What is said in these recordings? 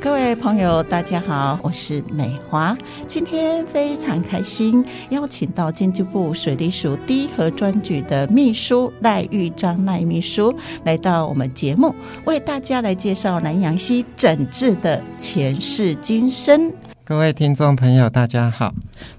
各位朋友，大家好，我是美华。今天非常开心，邀请到经济部水利署第一河专局的秘书赖玉章赖秘书来到我们节目，为大家来介绍南洋溪整治的前世今生。各位听众朋友，大家好。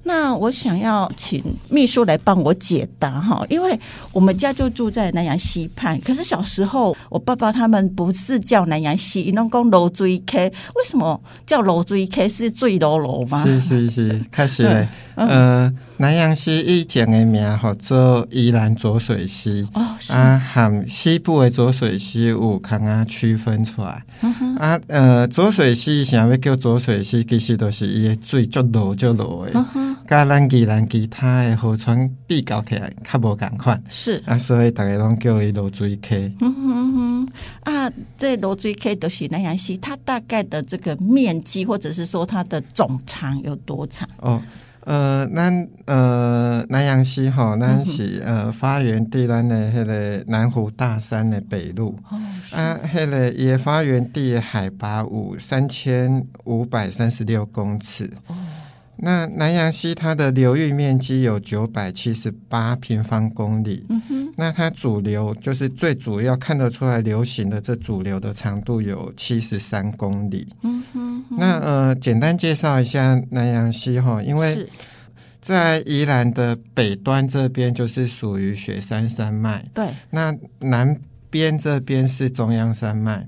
那我想要请秘书来帮我解答哈，因为我们家就住在南洋溪畔，可是小时候我爸爸他们不是叫南洋溪，弄讲楼追 K，为什么叫楼追 K 是醉楼楼吗？是是是，开始嘞。嗯呃，南洋溪以前的名叫做宜兰浊水溪，哦，是啊，含西部的浊水溪有空啊区分出来。嗯啊，呃，浊水溪想要叫浊水溪，其实都是伊的水足落足落嗯的，甲咱宜兰其他的河川比较起来较无共款。是，啊，所以大家拢叫伊落水溪。嗯哼嗯哼，啊，这楼追 K 都是南洋溪，它大概的这个面积或者是说它的总长有多长？哦，呃，咱呃南洋溪吼，咱是、呃发源地咱的迄个南湖大山的北麓、啊，迄、个伊的发源地的海拔有三千五百三十六公尺。那南洋溪它的流域面积有九百七十八平方公里，那它主流就是最主要看得出来流行的这主流的长度有七十三公里。那呃，简单介绍一下南洋溪哈，因为哦是，在宜兰的北端这边就是属于雪山山脉，对，那南边这边是中央山脉。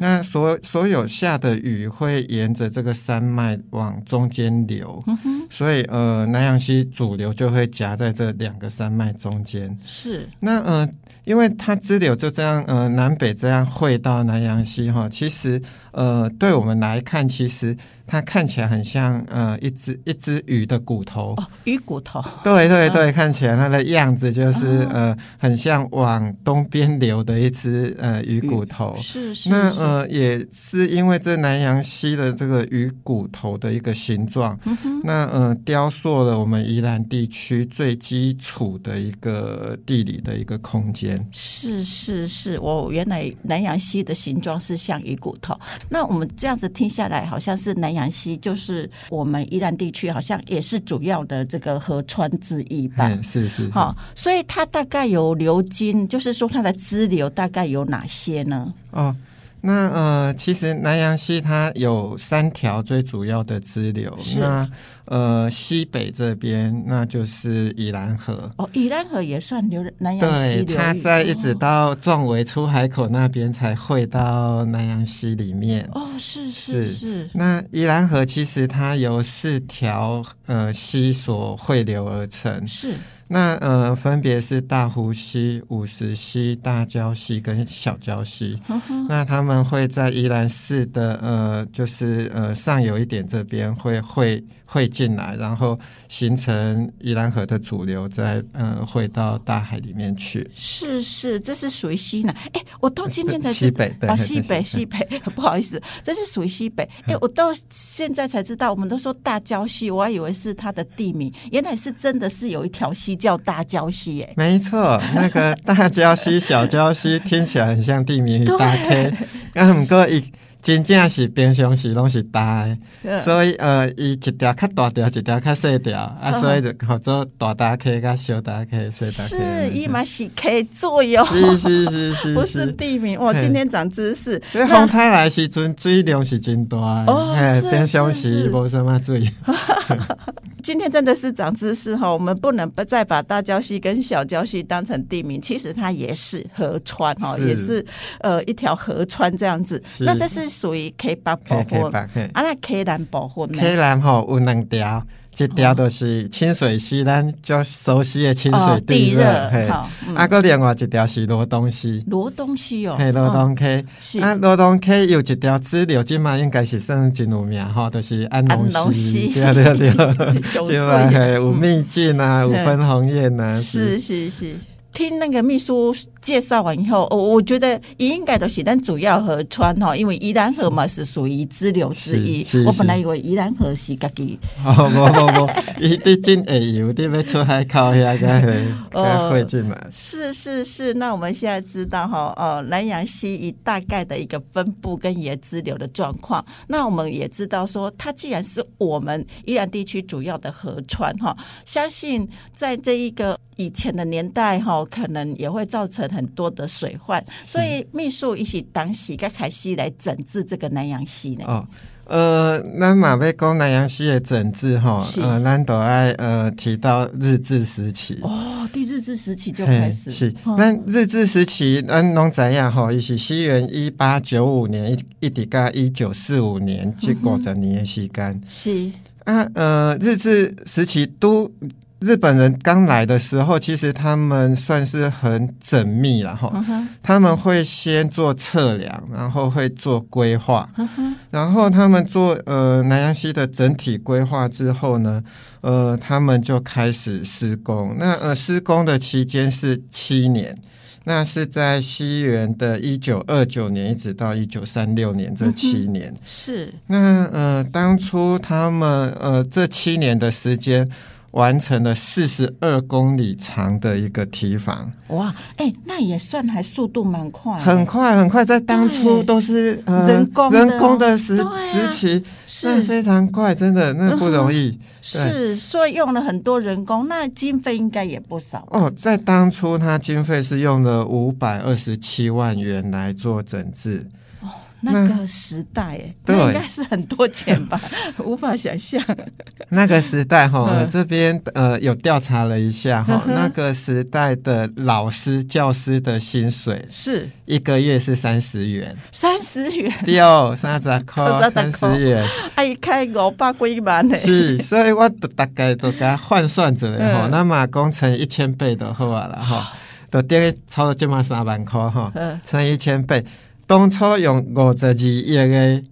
那所所有下的雨会沿着这个山脉往中间流，所以呃，南洋溪主流就会夹在这两个山脉中间。是，那呃，因为它支流就这样呃南北这样汇到南洋溪哈，其实呃对我们来看，其实它看起来很像呃一只一只鱼的骨头。哦，鱼骨头，对对对，看起来它的样子就是、嗯呃，很像往东边流的一只呃鱼骨头。是嗯是，那是呃，也是因为这南洋溪的这个鱼骨头的一个形状，嗯那呃，雕塑了我们宜兰地区最基础的一个地理的一个空间。是是是，我原来南洋溪的形状是像鱼骨头。那我们这样子听下来，好像是南洋溪，就是我们宜兰地区好像也是主要的这个河川之一吧。嗯，是是，好、所以它大概有流经，就是说它的支流大概有哪些呢？哦。那呃，其实南洋溪它有三条最主要的支流是，那呃西北这边那就是宜兰河，哦，宜兰河也算流南洋溪对，流域。哦它在一直到壮围出海口那边才汇到南洋溪里面。哦，是是是是，那宜兰河其实它由四条呃溪所汇流而成，是那呃分别是大湖溪、五十溪、大礁溪跟小礁溪。嗯哦那他们会在宜兰市的呃就是呃上游一点这边会汇汇进来，然后形成宜兰河的主流再，呃汇到大海里面去。是是，这是属于西南。哎，我到今天才 西知北对啊，对西对嗯北西西北， 不好意思，这是属于西北。哎，我到现在才知道，我们都说大礁溪，我还以为是它的地名，原来是真的是有一条溪叫大礁溪。哎，没错，那个大礁溪、小礁溪听起来很像地 名与大 K，啊，毋过伊真正是平常时拢是大嗯的，所以呃，伊一条较大条，一条较细条，啊，嗯所以就叫做大大 K 甲小大 K、细大是 K 伊这样。玛喜 K 作哟，是是是 是不是地名。我嘿今天长知识。因那为风太来的时阵，水量是真大的，哦嘿是平常是时是哦无什么水。今天真的是长知识哈，我们不能不再把大礁溪跟小礁溪当成地名，其实它也是河川哈，是也是呃一条河川这样子。是那这是属于 K 八保 K 护， K 啊吧，嘿。那 K 蓝保护呢？溪南吼有两条，一条就是清水溪，咱较熟悉的清水地热哦地热嘿好嗯啊，个另外一条是罗东溪，罗东溪哦，嘿，罗东溪，是啊，罗东溪有一条支流，即嘛应该是算真有名吼，就是安安农农溪，溪对对对 熊，即嘛穗嘿有秘境啊，有嗯分红叶啊，嗯是是是，听那个秘书介绍完以后，我哦我觉得也应该都是但主要河川哈，因为宜兰河嘛是属于支流之一是是。我本来以为宜兰河是家己哦，无无无，伊你真会游，你要出海靠遐个会， 哦个会进来。是是是，那我们现在知道哈，呃，南洋溪以大概的一个分布跟野支流的状况，那我们也知道说，它既然是我们宜兰地区主要的河川哈，相信在这一个以前的年代哈，可能也会造成很多的水患，所以秘书一起党喜跟凯西来整治这个南洋溪呢。哦，呃，咱嘛要讲南洋溪的整治吼是，呃，咱都爱呃提到日治时期。哦，第日治时期就嘿开始是哦，咱日治时期，咱拢知影吼，伊是西元一八九五年一一直到一九四五年，即五十年的时间。是啊，呃，日治时期都日本人刚来的时候，其实他们算是很缜密了哈。他们会先做测量，然后会做规划，然后他们做呃南洋溪的整体规划之后呢，呃，他们就开始施工。那呃，施工的期间是七年。那是在西元的一九二九年一直到一九三六年这七年，是那呃，当初他们呃这七年的时间，完成了四十二公里长的一个堤防，哇，哎、那也算还速度蛮快的，很快很快，在当初哦对都是呃人工的人工的时对啊时期，是嗯那非常快，真的那不容易。是，所以用了很多人工，那经费应该也不少。哦，在当初它经费是用了五百二十七万元来做整治，那个时代，哎，那对应该是很多钱吧，无法想象。那个时代哈、嗯这边呃有调查了一下哈、那个时代的老师教师的薪水是一个月是三十 元，三十元，对哦，三十块， 三三十块十元，爱开五百几万呢。是，所以我就大概都给它换算着嘞吼，嗯那嘛工程一千倍就好啊 啦吼，就等于差不多即嘛三万块吼嗯，乘一千倍，当初用五十二亿的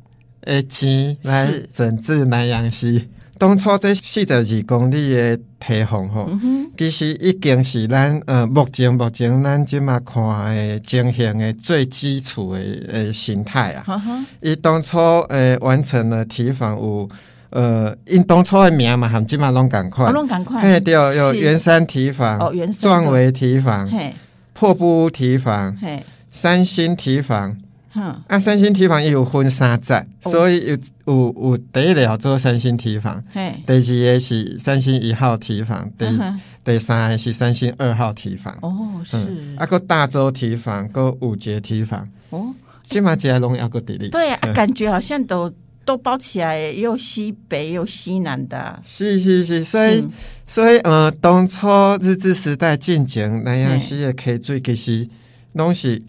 的钱来是整治南洋溪。当初这四十二公里的堤防吼，嗯其实已经是咱呃目前目前咱即嘛看的情形的最基础的呃形态啊。哈哈，伊当初诶、呃完成了提防有呃，因当初的名嘛含即嘛拢共我款，弄赶快嘿，对，啊有是圆山提防、哦圆山壮维提防、嘿，破布屋提防、嘿，三星提防。哈，啊，三星提防伊有分三站，哦所以有有有第一个叫做三星提防，嘿，第二个是三星一号提防，第、嗯哼第三个是三星二号提防，哦，是嗯，，啊个大洲提防，个五节提防，哦，即嘛即个拢抑个伫咧。对啊，嗯感觉好像都都包起来，也有西北，也有西南的啊，是是是，所是以所以呃，当初日治时代进前，南洋溪的溪水其实拢是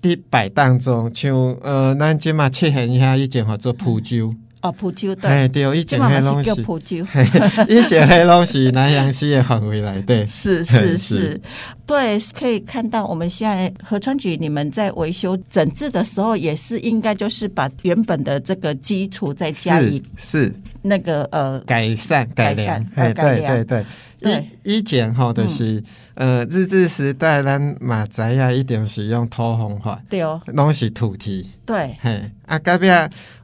伫摆当中，像呃，咱即嘛七贤遐以前叫做蒲州，哦，普州哎、对，对，以这前嘛迄嘛拢是叫是，普州。嘿 以前迄拢是南洋溪的范围内 底。 是是是是是，对，可以看到我们现在河川局你们在维修整治的时候，也是应该就是把原本的这个基础再加以是是那个呃，改善改良善，哎呃改对良对对，对嗯以以前吼就是呃日治时代咱嘛知影一定是用土方法，对哦，拢是土地。对，嘿，啊，隔壁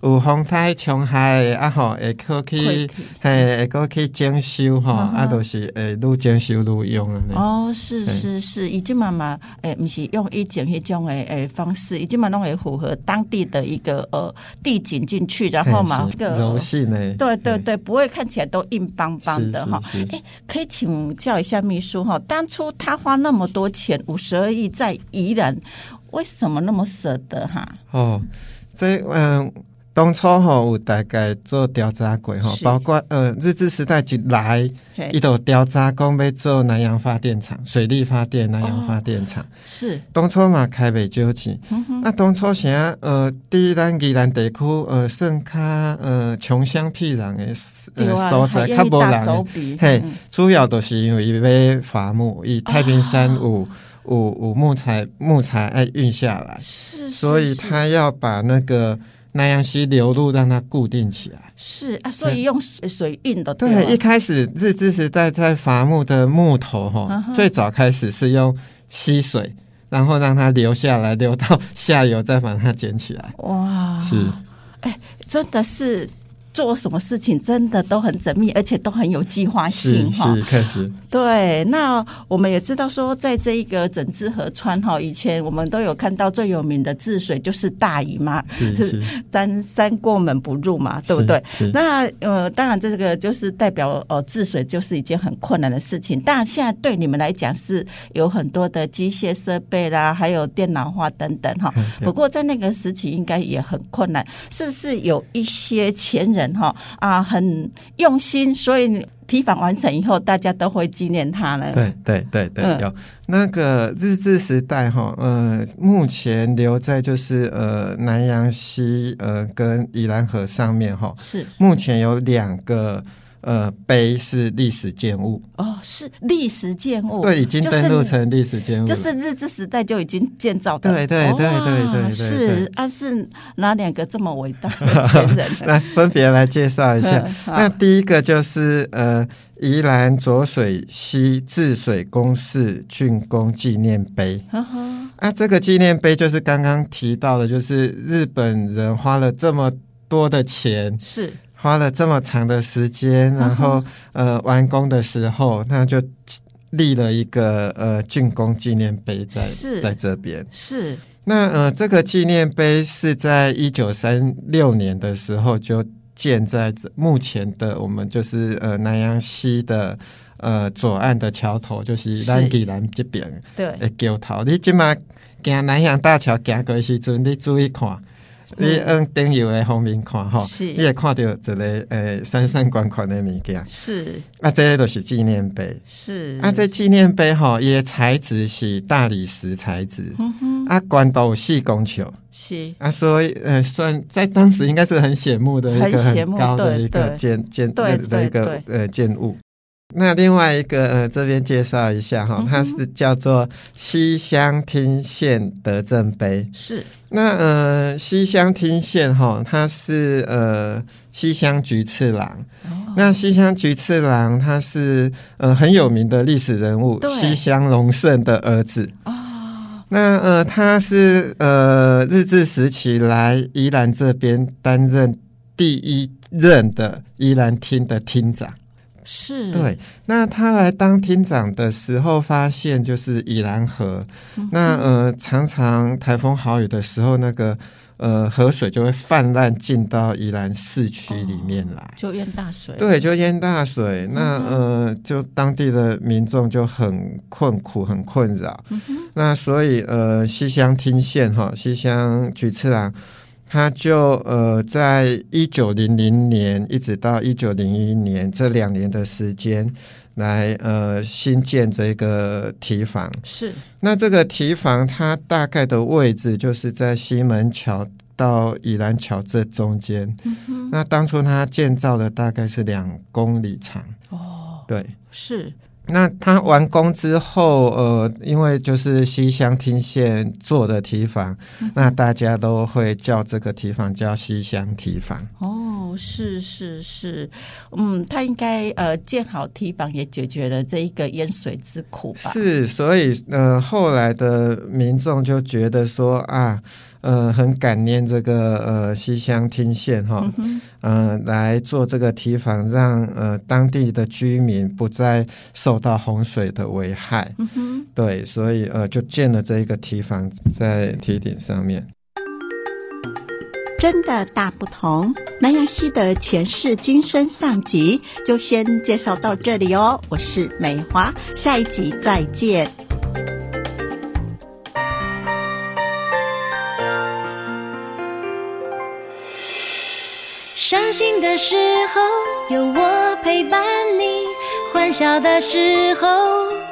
有风台冲害的，啊吼，会过会去去，嗯嘿，会过去整修吼，啊，就是会愈整修愈用安尼。哦，是对是是，已经嘛嘛，诶，不是用以前迄种诶诶方式，已经嘛拢会符合当地的一个呃地景进去，然后嘛嘿是个柔性的，对对嘿，对，不会看起来都硬邦邦的是哈是。是哎，可以请教一下秘书哈，当初他花那么多钱，五十二亿在宜兰，为什么那么舍得哈？哦，这嗯。当初吼有大概做调查过吼，是哎包括呃日治时代一来，嘿伊都调查讲要做南洋发电厂、水力发电、南洋发电厂。是当初嘛开袂少钱，嗯啊，当初啥呃，伫咱宜兰地区呃，算较呃穷乡僻壤的对啊呃所在，还较愿意无大人手的笔，嘿嗯，主要都是因为伊要伐木，伊太平山啊有有有木材木材爱运下来，是，所以是他要把那个南洋溪流入让它固定起来。是啊，所以用水水运的对，一了嗯开始日治时代在伐木的木头哈，最早开始是用吸水，然后让它流下来，流到下游再把它捡起来。哇，是，真的是做什么事情真的都很缜密，而且都很有计划性是哈。是，确实，对，那我们也知道说，在这一个整治河川哈，以前我们都有看到最有名的治水就是大禹嘛，是 是三三过门不入嘛，对不对？是是那呃，当然这个就是代表呃治水就是一件很困难的事情，但现在对你们来讲是有很多的机械设备啦，还有电脑化等等哈。嗯对不过在那个时期应该也很困难，是不是有一些前人哈啊很用心，所以提访完成以后大家都会纪念他呢？对对对对，嗯有那个日治时代哈，呃，目前留在就是呃南洋溪呃跟宜兰河上面哈，是目前有两个呃碑是历史建物，哦，是历史建物，对，已经哦就是登录成历史建物就了，是日治时代就已经建造的，嗯对对对哇对对对是啊，是哪两个这么伟大的前人呢？ 来分别来介绍一下嗯。好那第一个就是呃宜兰浊水溪治水公事竣工纪念碑。呵呵啊，这个纪念碑就是刚刚提到的，就是日本人花了这么多的钱，是花了这么长的时间，然后嗯呃完工的时候，那就立了一个呃竣工纪念碑在是在这边。 是那呃这个纪念碑是在一九三六年的时候就建在这目前的我们就是呃南洋溪的呃左岸的桥头，就是是兰吉兰这边。对，会桥头。你即马行南洋大桥行过的时阵，你注意看，你往顶游的方面看吼，嗯是你会看到一个诶闪闪光光的物件。是嗯啊，这个就是纪念碑。是啊，这纪念碑吼，伊的材质是大理石材质，嗯哼啊，宽度有四公尺。是啊，所以呃，算在当时应该是很显目的一个很显很目高的对一个对建建对的一个对呃建物。那另外一个呃，这边介绍一下嗯哈，它是叫做西乡町县德政碑。是那呃，西乡町县哈，它是呃西乡菊次郎。那西乡菊次郎他是呃很有名的历史人物对，西乡隆盛的儿子。啊那呃，他是呃日治时期来宜兰这边担任第一任的宜兰厅的厅长。是对，那他来当厅长的时候，发现就是宜兰河，那呃常常台风豪雨的时候，那个呃河水就会泛滥进到宜兰市区里面来。就淹大水，对，就淹大水，那呃，就当地的民众就很困苦、很困扰。那所以呃，西乡听县哈，西乡菊次郎，他就呃，在一九零零年一直到一九零一年这两年的时间，来呃新建这个堤防。是那这个堤防它大概的位置就是在西门桥到宜兰桥这中间。那当初它建造的大概是两公里长。哦对，是那它完工之后，呃，因为就是西乡町县做的堤防，那大家都会叫这个堤防叫西乡堤防。哦是是是，嗯，他应该呃建好堤防也解决了这一个淹水之苦吧？是，所以呃，后来的民众就觉得说啊，呃，很感念这个呃西乡听县嗯哈，呃，来做这个堤防，让呃当地的居民不再受到洪水的危害。嗯对，所以呃，就建了这一个堤防在堤顶上面。真的大不同。南洋溪的前世今生上集就先介绍到这里哦，我是美华，下一集再见。伤心的时候有我陪伴你，欢笑的时候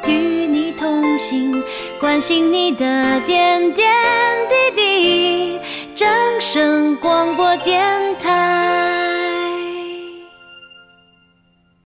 与你同行，关心你的点点滴滴。掌声广播电台。